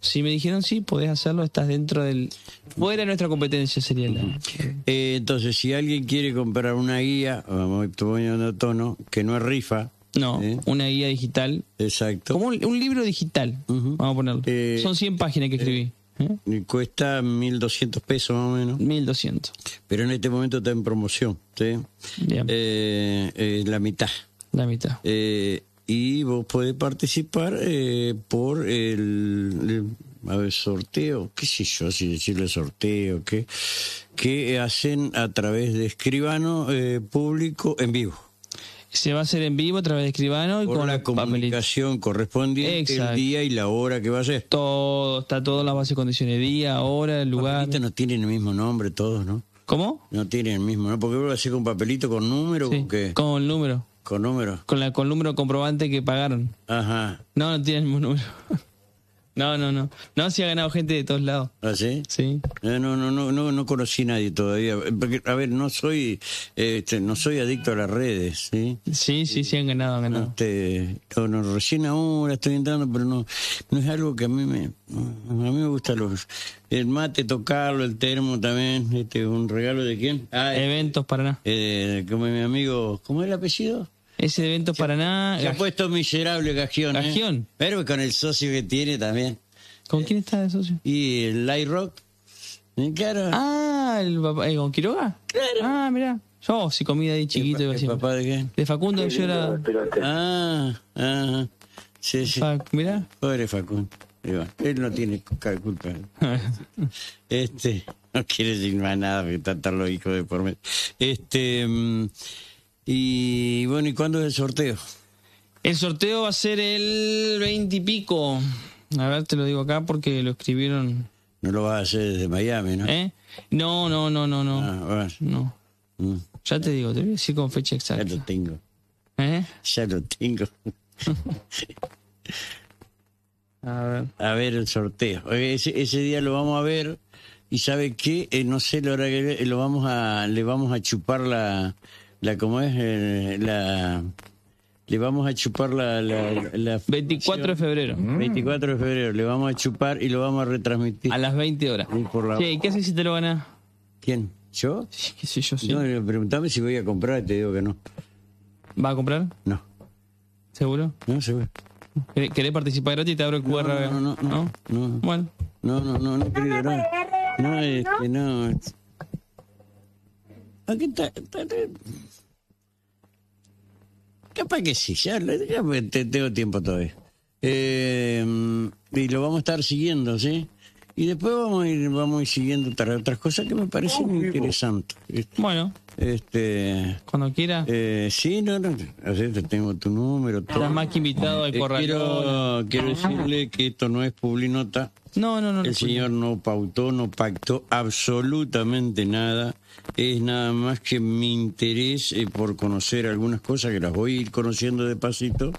Si me dijeron sí, podés hacerlo, estás dentro del... Fuera de nuestra competencia sería la... Eh, entonces, si alguien quiere comprar una guía, vamos poniendo tono, que no es rifa. No, ¿eh? una guía digital. Exacto. Como un, un libro digital, Ujú. vamos a ponerlo. Eh, Son 100 páginas que escribí. ¿eh? Y cuesta 1.200 pesos más o menos. 1200. Pero en este momento está en promoción, ¿sí? Bien, Eh, eh, la mitad. la mitad. Eh, y vos podés participar eh, por el, el- a ver, sorteo, qué sé yo, si decirle sorteo, qué, que hacen a través de escribano eh, público en vivo. Se va a hacer en vivo a través de Escribano y Por con la los papelitos. comunicación correspondiente, Exacto. el día y la hora que va a ser. Todo, está todo en las bases y condiciones, día, hora, lugar. Papelitos no tienen el mismo nombre todos, ¿no? ¿Cómo? No tienen el mismo, ¿no? Porque vos lo hacés con papelito, con número, Sí, con qué? Con, Con el número, número. con la con el número comprobante que pagaron. Ajá. No, no tiene el mismo número. [laughs] No, no, no. No, si ha ganado gente de todos lados. ¿Así? Sí. ¿Ah, Eh, No, no, no, no, no conocí a nadie todavía. Eh, Porque, a ver, no soy, eh, este, no soy adicto a las redes, ¿sí? Sí, sí, sí han ganado, han ganado. Este, no, no, recién ahora estoy entrando, pero no, no es algo que a mí me, a mí me gusta los, el mate tocarlo, el termo también, este, un regalo de quién? Ah, eh, Eventos Paraná. eh, como mi amigo, ¿cómo es el apellido? Ese de Eventos Paraná. Se ha puesto miserable Gajión. ¿eh? Gajión. Pero con el socio que tiene también. ¿Con quién está de socio? Y el Light Rock. eh, Claro. Ah, el papá, eh, ¿con Quiroga? Claro. Ah, mirá. Yo, si comida ahí El chiquito pa- iba el siempre. papá de quién? De Facundo yo era. Ah, ah. Sí, sí. Fac- mirá. [laughs] Pobre Facundo. Ahí va. Él no tiene cu- culpa. Este, no quiere decir más nada, que tantos los hijos de por medio. Este, mm, y bueno, ¿y cuándo es el sorteo? El sorteo va a ser el 20 y pico. A ver, te lo digo acá porque lo escribieron. No lo vas a hacer desde Miami, ¿no? ¿Eh? No, no, no, no, no. Ah, bueno. No. Mm, Ya te digo, te voy a decir con fecha ya lo exacta. tengo. ¿Eh? [laughs] Ya lo tengo. A ver. a ver el sorteo. Eh, Ese, ese día lo vamos a ver y sabe qué, Eh, no sé la hora que eh, lo vamos a, le vamos a chupar la, la cómo es, Eh, la, le vamos a chupar la, la, la- [laughs] 24 de febrero. 24 de febrero, le vamos a chupar y lo vamos a retransmitir. A las 20 horas. Y por la- Che, ¿qué haces si te lo ganas? ¿Quién? ¿Yo? Sí, qué sé yo, sí. No, eh, preguntame si voy a comprar y te digo que no. ¿Va a comprar? No, ¿Seguro? no se ve. ¿Querés- ¿Querés participar gratis? Te abro el QR. no, no, no, no. Bueno, No, no, no, no, querido, no. No, este, no. es- Aquí está. está- está- Capaz que sí, ya, lo- ya me- te- tengo tiempo todavía. Eh, y lo vamos a estar siguiendo, ¿sí? Y después vamos a ir, vamos a ir siguiendo otra- otras cosas que me parecen interesantes. bueno, Este, cuando quiera. eh, sí, no, no, o sea, te tengo tu número, todo. Estás más que invitado al Eh, corral. quiero, quiero decirle que esto no es Publinota. No, no, no. no. El señor no pautó, no pactó absolutamente nada. Es nada más que mi interés eh, por conocer algunas cosas que las voy a ir conociendo de pasito,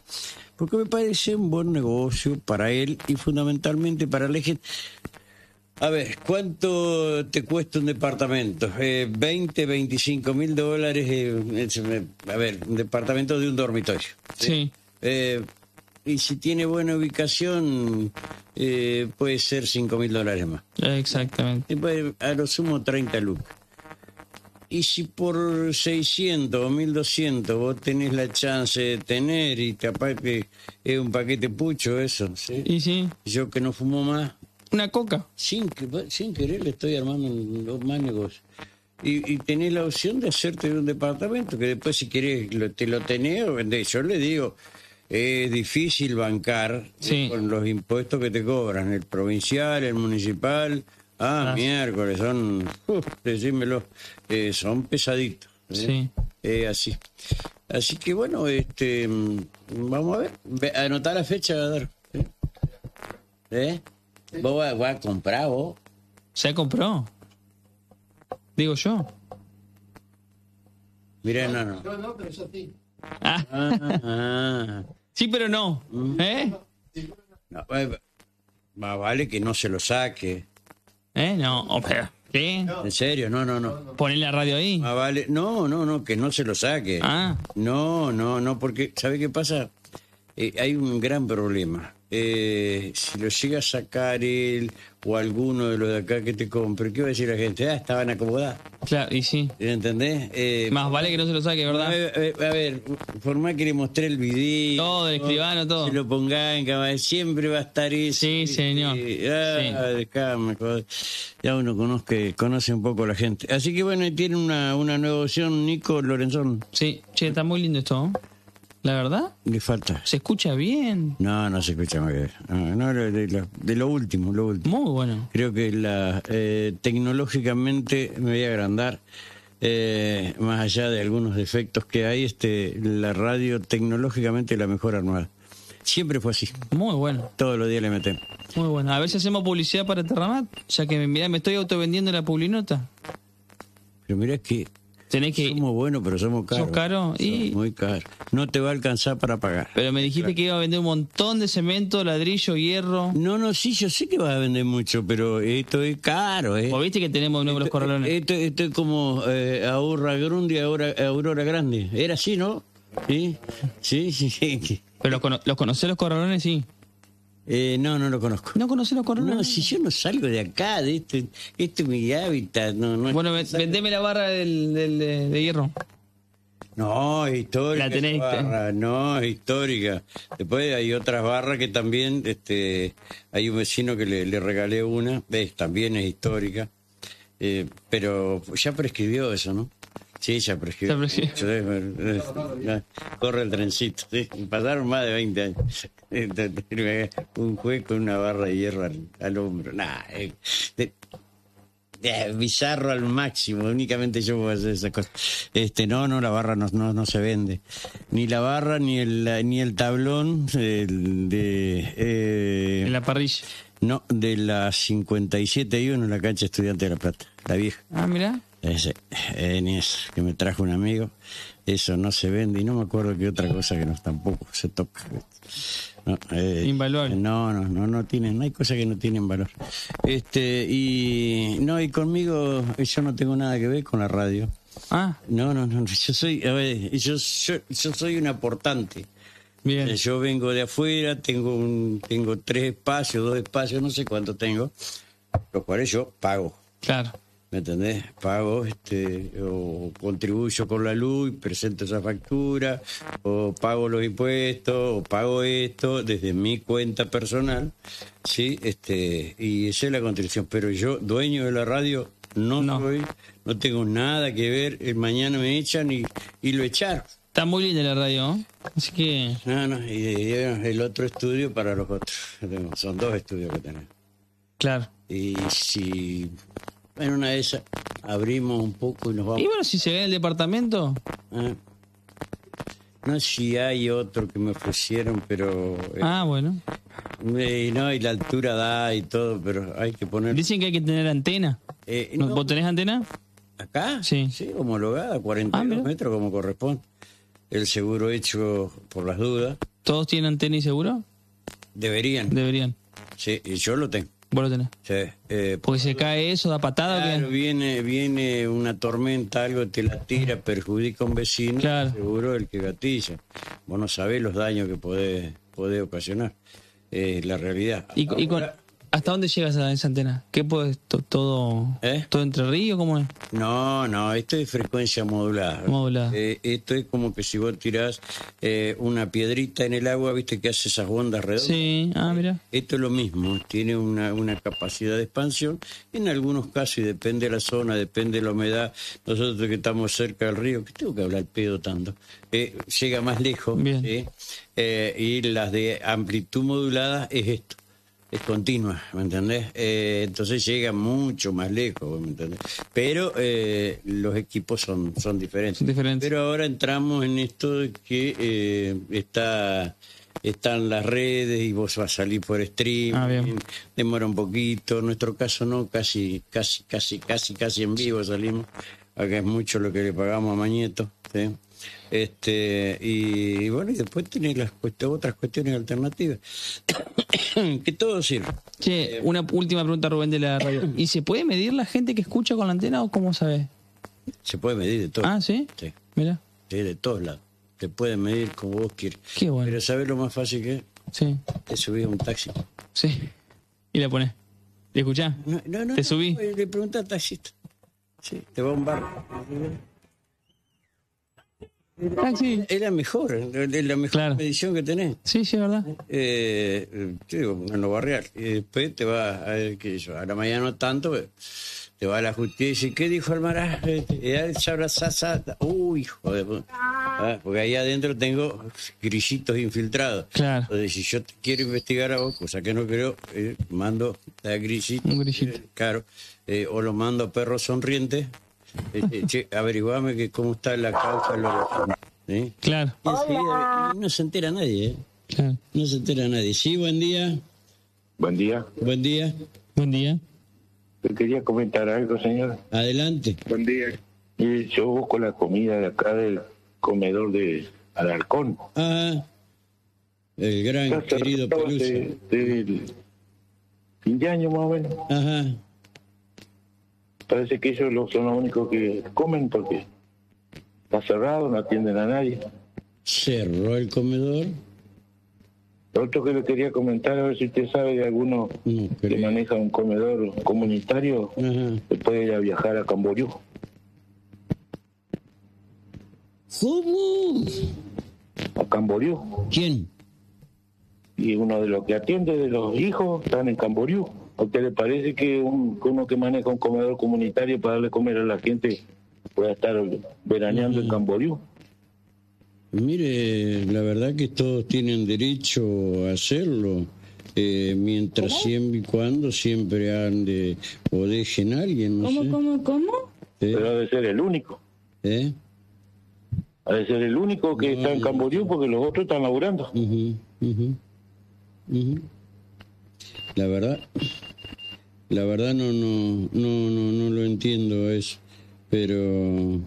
porque me parece un buen negocio para él y fundamentalmente para la gente. A ver, ¿cuánto te cuesta un departamento? Eh, 20, 25 mil dólares. eh, es, eh, a ver, un departamento de un dormitorio. Sí. Eh, y si tiene buena ubicación, eh, puede ser 5 mil dólares más. Exactamente. Y puede- A lo sumo 30 lucas. Y si por 600 o 1200 vos tenés la chance de tener, y capaz que es un paquete pucho eso, ¿sí? Y sí, yo que no fumo más, una coca. sin, que- sin querer le estoy armando un, un más negocio. Y, y tenés la opción de hacerte de un departamento, que después si querés lo- te lo tenés o vendés. Yo le digo, es difícil bancar Sí. con los impuestos que te cobran, el provincial, el municipal. Ah, miércoles, son, [laughs] uf, decímelo, eh, son pesaditos. ¿eh? Sí. Eh, así. Así que bueno, este mm, vamos a ver. Ve- Anotá la fecha, Gadar. ¿Eh? ¿Eh? ¿Vos vas, vas a comprar vos? ¿Se compró? Digo yo. Mirá, no, no. Ah, Ah, ah. sí, pero no. Mm. ¿Eh? No, eh, más vale que no se lo saque. ¿Eh? No. Oh, pero, ¿Qué? En serio, no, no, no. Poné la radio ahí. Más vale. No, no, no, que no se lo saque. Ah, No, no, no, porque ¿sabe qué pasa? Eh, hay un gran problema. Eh, si lo llega a sacar él o alguno de los de acá que te compre, ¿qué va a decir la gente? Ah, estaban acomodados. claro, y sí. ¿Entendés? Eh, Más vale que no se lo saque, a ¿verdad? ver, a ver, a ver, formá que le mostré el video. Todo, el escribano, todo. Se lo ponga en cámara, siempre va a estar eso. Sí, ¿viste? señor. Ah, dejame, joder. Ya uno conozca- conoce un poco a la gente. Así que bueno, y tiene una, una nueva opción, Nico Lorenzón. Sí, che, está muy lindo esto. ¿no? La verdad, Le falta. se escucha bien. No, no se escucha más que no, no, de, de lo, de lo último, lo último. Muy bueno. Creo que la, eh, tecnológicamente me voy a agrandar. eh, más allá de algunos defectos que hay, este, la radio tecnológicamente es la mejor armada. Siempre fue así. Muy bueno. Todos los días le metemos. Muy bueno. A ver si hacemos publicidad para Terramat. Ya que mirá, me estoy autovendiendo la publinota. Pero mirá que Tenés que. somos buenos, pero somos caros. Sos caro y- Somos muy caros. No te va a alcanzar para pagar. Pero me dijiste que iba a vender un montón de cemento, ladrillo, hierro. No, no, sí, yo sé que vas a vender mucho, pero esto es caro, ¿eh? ¿O viste que tenemos de nuevo los corralones? Esto, esto Eh, este, es como eh, Aurora Grundy, Aurora, Aurora Grande. Era así, ¿no? Sí, sí, [laughs] sí. sí. Pero los, cono- los conocés los corralones, sí. Eh, no, no lo conozco. ¿No conocés los corralones? No, si yo no salgo de acá, de este, este es mi hábitat. No, no, Bueno, ve- vendeme la barra del, del- de, de hierro. no es histórica. La tenés, esa barra, no, es histórica. Después hay otras barras que también, este, hay un vecino que le, le regalé una, ves, también es histórica. Eh, pero ya prescribió eso, ¿no? Sí, ya prescribió. Ya prescribió. Sí, eh, eh, Corre el trencito. sí. Pasaron más de 20 años. [laughs] Entonces, Un juez con una barra de hierro al, al hombro. Nah, eh, de- eh, bizarro al máximo. Únicamente yo puedo hacer esas cosas. Este, no, no, la barra no, no, no se vende. Ni la barra, ni el, la- ni el tablón el de. eh, En la parrilla. no, de la 57 y 1 en la cancha Estudiante de La Plata. La vieja. Ah, mirá. Ese, eh, ni eso, que me trajo un amigo. Eso no se vende y no me acuerdo qué otra cosa que no tampoco se toca. No, eh, Invaluable. No, no, no, no tienen, hay cosas que no tienen valor. Este, y no, y conmigo yo no tengo nada que ver con la radio. Ah, No, no, [laughs] no, yo soy, a ver, yo, yo, yo soy un aportante. bien. Eh, Yo vengo de afuera, tengo un, tengo tres espacios, dos espacios, no sé cuánto tengo, los cuales yo pago. Claro. ¿Me entendés? Pago este, o contribuyo con la luz y presento esa factura, o pago los impuestos, o pago esto desde mi cuenta personal, ¿sí? Este, y esa es la contribución. Pero yo, dueño de la radio, no, No. soy, no tengo nada que ver, eh, mañana me echan y, y lo echaron. Está muy linda la radio, ¿no? Así que. No, no, y de- de- el otro estudio para los otros. Tenemos- Son dos estudios que tenemos. Claro. Y si en una de esas abrimos un poco y nos vamos. Y bueno, si se ve en el departamento, Ah. No sé si hay otro que me ofrecieron, pero. eh, ah, bueno. eh, no, y la altura da y todo, pero hay que poner. Dicen que hay que tener antena. Eh, ¿No- no, ¿Vos tenés antena? ¿Acá? Sí. homologada, 42 Ah, mira. metros como corresponde. El seguro hecho por las dudas. ¿Todos tienen antena y seguro? Deberían. Deberían. Sí, y yo lo tengo. Vos lo tenés. Sí. Eh, Porque se cae eso, da patada. Claro, que viene, viene una tormenta, algo te la tira, perjudica a un vecino, Claro. seguro el que gatilla. Vos no sabés los daños que podés, podés ocasionar. Eh, la realidad. Y, co- y con, ¿Hasta dónde llegas a esa antena? ¿Qué podés? to- ¿Todo ¿Eh? todo entre ríos? ¿Cómo es? No, no, esto es frecuencia modulada. Modulada. Eh, esto es como que si vos tirás eh, una piedrita en el agua, viste que hace esas ondas redondas. Sí, ah, mira. Esto es lo mismo, tiene una, una capacidad de expansión. En algunos casos, y depende de la zona, depende de la humedad, nosotros que estamos cerca del río, que tengo que hablar pedo tanto, eh, llega más lejos. Bien. ¿sí? Eh, y las de amplitud modulada es esto. Es continua, ¿me entendés? Eh, entonces llega mucho más lejos, ¿me entendés? Pero eh, los equipos son, son diferentes. Son diferentes. Pero ahora entramos en esto de que eh, está, están las redes y vos vas a salir por stream, Ah, bien. demora un poquito, en nuestro caso no, casi, casi, casi, casi, casi en vivo salimos, acá es mucho lo que le pagamos a Mañeto, ¿sí? Este, y, y bueno, y después tenés las cuest- otras cuestiones alternativas, [coughs] que todo sirve. Eh, Che, una última pregunta, Rubén, de la radio. ¿Y se puede medir la gente que escucha con la antena o cómo sabes? Se puede medir de todo. Ah, ¿sí? Sí. Mira. Sí, de todos lados. Te pueden medir como vos quieras. Qué bueno. Pero ¿sabes lo más fácil que es? Sí, Te subís a un taxi. sí. Y la pones. ¿Y escuchás? No, no, no, ¿Te no, subí? eh, Le pregunté al taxista. Sí, te va a un bar. Taxi. Es la mejor, es la mejor Claro. medición que tenés. Sí, sí, es verdad. Eh, eh, te digo, en lo barrial. Y después te va, a, eh, qué sé yo, a la mañana no tanto, pero te va a la justicia. ¿Y qué dijo Almará? Este, y ahí se habla sa, sa, ta. Uy, hijo de puta. Ah, Porque ahí adentro tengo grillitos infiltrados. Claro. Entonces, si yo te quiero investigar a vos, cosa que no creo, eh, mando a grillito. Un grillito. eh, claro. eh, o lo mando a perro sonriente. Eh, [laughs] eh, che, averiguame que cómo está la causa. Lo, ¿sí? Claro, Y enseguida, eh, no se entera nadie, ¿eh? claro. No se entera nadie. Sí, buen día. Buen día. Buen día. Buen día. Yo quería comentar algo, señor. Adelante. Buen día. yo busco la comida de acá del comedor de Alarcón. Ah, el gran Está querido cerrado Pelusa. de- del fin de año más o menos. Ajá. Parece que ellos lo- son los únicos que comen porque está cerrado, no atienden a nadie. Cerró el comedor. Lo otro que le quería comentar, a ver si usted sabe de alguno No que creo. maneja un comedor comunitario Mm, Ajá. que puede ir a viajar a Camboriú. ¿Cómo? A Camboriú. ¿Quién? Y uno de los que atiende de los hijos están en Camboriú. ¿A usted le parece que un- que uno que maneja un comedor comunitario para darle comer a la gente pueda estar veraneando en Camboriú? Mire, la verdad que todos tienen derecho a hacerlo, eh, mientras siempre y cuando siempre ande o dejen a alguien, no sé. ¿Cómo, cómo, cómo? ¿Eh? Pero debe ser el único. ¿Eh? Ha de ser el único que está en Camboriú porque los otros están laburando. Ujú, ujú, ujú. La verdad, la verdad no, no, no, no, no lo entiendo eso, pero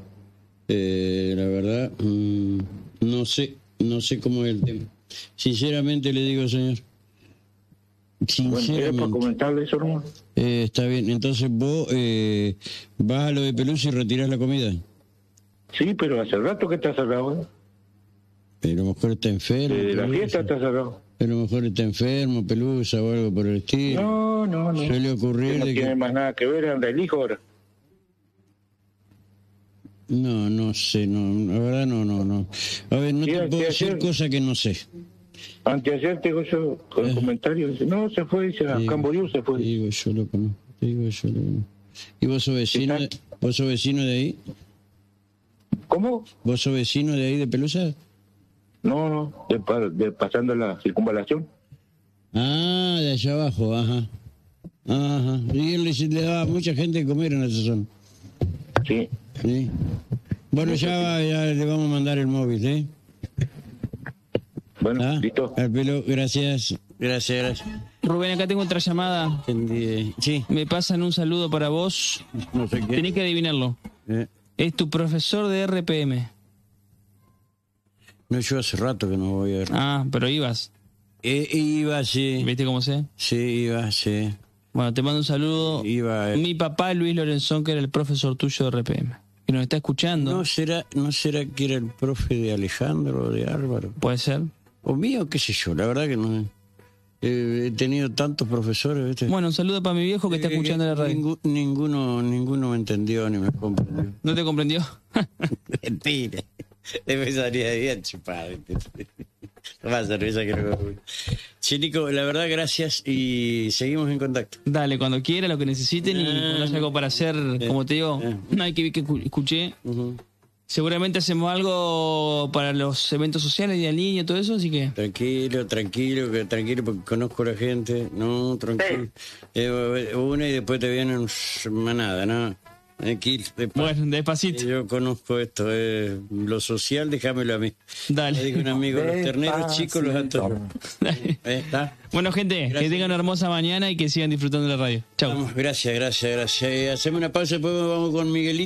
eh, la verdad mm, no sé, no sé cómo es el tema. Sinceramente le digo, señor. Bueno, era para Sinceramente. comentarle eso, hermano. Eh, está bien, entonces vos eh, vas a lo de Pelusa y retirás la comida. Sí, pero hace rato que está cerrado, ¿eh? A lo mejor está enfermo. Desde la Pelusa. fiesta está cerrado. A lo mejor está enfermo, Pelusa o algo por el estilo. No, no, no. Suele ocurrir No de tiene que más nada que ver, anda el hijo ahora. No, no sé, no, la verdad no, no, no. A ver, no Sí, te hay puedo que decir hacer. cosas que no sé. Anteayer te digo yo, con el comentario, dice, no, se fue, dice, a Te digo- Ah, Camboriú se fue. Eh, Te digo, yo lo conozco, te digo, yo lo conozco. ¿Y vos sos vecino, de, Exacto. vos sos vecino de ahí? ¿Cómo? ¿Vos sos vecino de ahí de Pelusa? No, no, de, pa- de pasando la circunvalación. Ah, de allá abajo, ajá. Ajá. Y él le, le daba a mucha gente de comer en esa zona. Sí. Sí. Bueno, ya, va- ya le vamos a mandar el móvil, ¿eh? Bueno, ¿Ah? listo. Al pelo, gracias. Gracias, gracias. Rubén, acá tengo otra llamada. Entendí. Sí, Me pasan un saludo para vos. no sé qué. Tenés que adivinarlo. Eh, Es tu profesor de RPM. no, yo hace rato que no voy a ver. Ah, pero ibas. Eh, iba, sí. ¿Viste cómo sé? Sí, iba, sí. Bueno, te mando un saludo. Iba. eh. Mi papá, Luis Lorenzón, que era el profesor tuyo de RPM. Que nos está escuchando. ¿No será, ¿No será que era el profe de Alejandro o de Álvaro? Puede ser. O mío, qué sé yo. La verdad que no. eh, he tenido tantos profesores, ¿viste? Bueno, un saludo para mi viejo que está Eh, escuchando la radio. ningú- ninguno, ninguno me entendió ni me comprendió. ¿No te comprendió? [laughs] [laughs] Mentira. Empezaría bien chupado. [laughs] Más cerveza que no. Sí, Nico, la verdad, gracias y seguimos en contacto. Dale, cuando quiera, lo que necesiten y cuando haya algo para hacer, como te digo, Eh. hay que ver que escu- escuché. Seguramente hacemos algo para los eventos sociales, Día del Niño, todo eso, así que... Tranquilo, tranquilo, que- tranquilo, porque conozco a la gente. No, tranquilo. Eh, una y después te vienen uff, manada, ¿no? Aquí, después. Bueno, despacito. Yo conozco esto, eh, lo social, déjamelo a mí. Le dijo un Dale. amigo, los terneros chicos los antojos. [laughs] Dale. Ahí está. Bueno, gente, que Gracias. tengan una hermosa mañana y que sigan disfrutando de la radio. Chau. Vamos, gracias, gracias, gracias. Eh, hacemos una pausa, después vamos con Miguelito.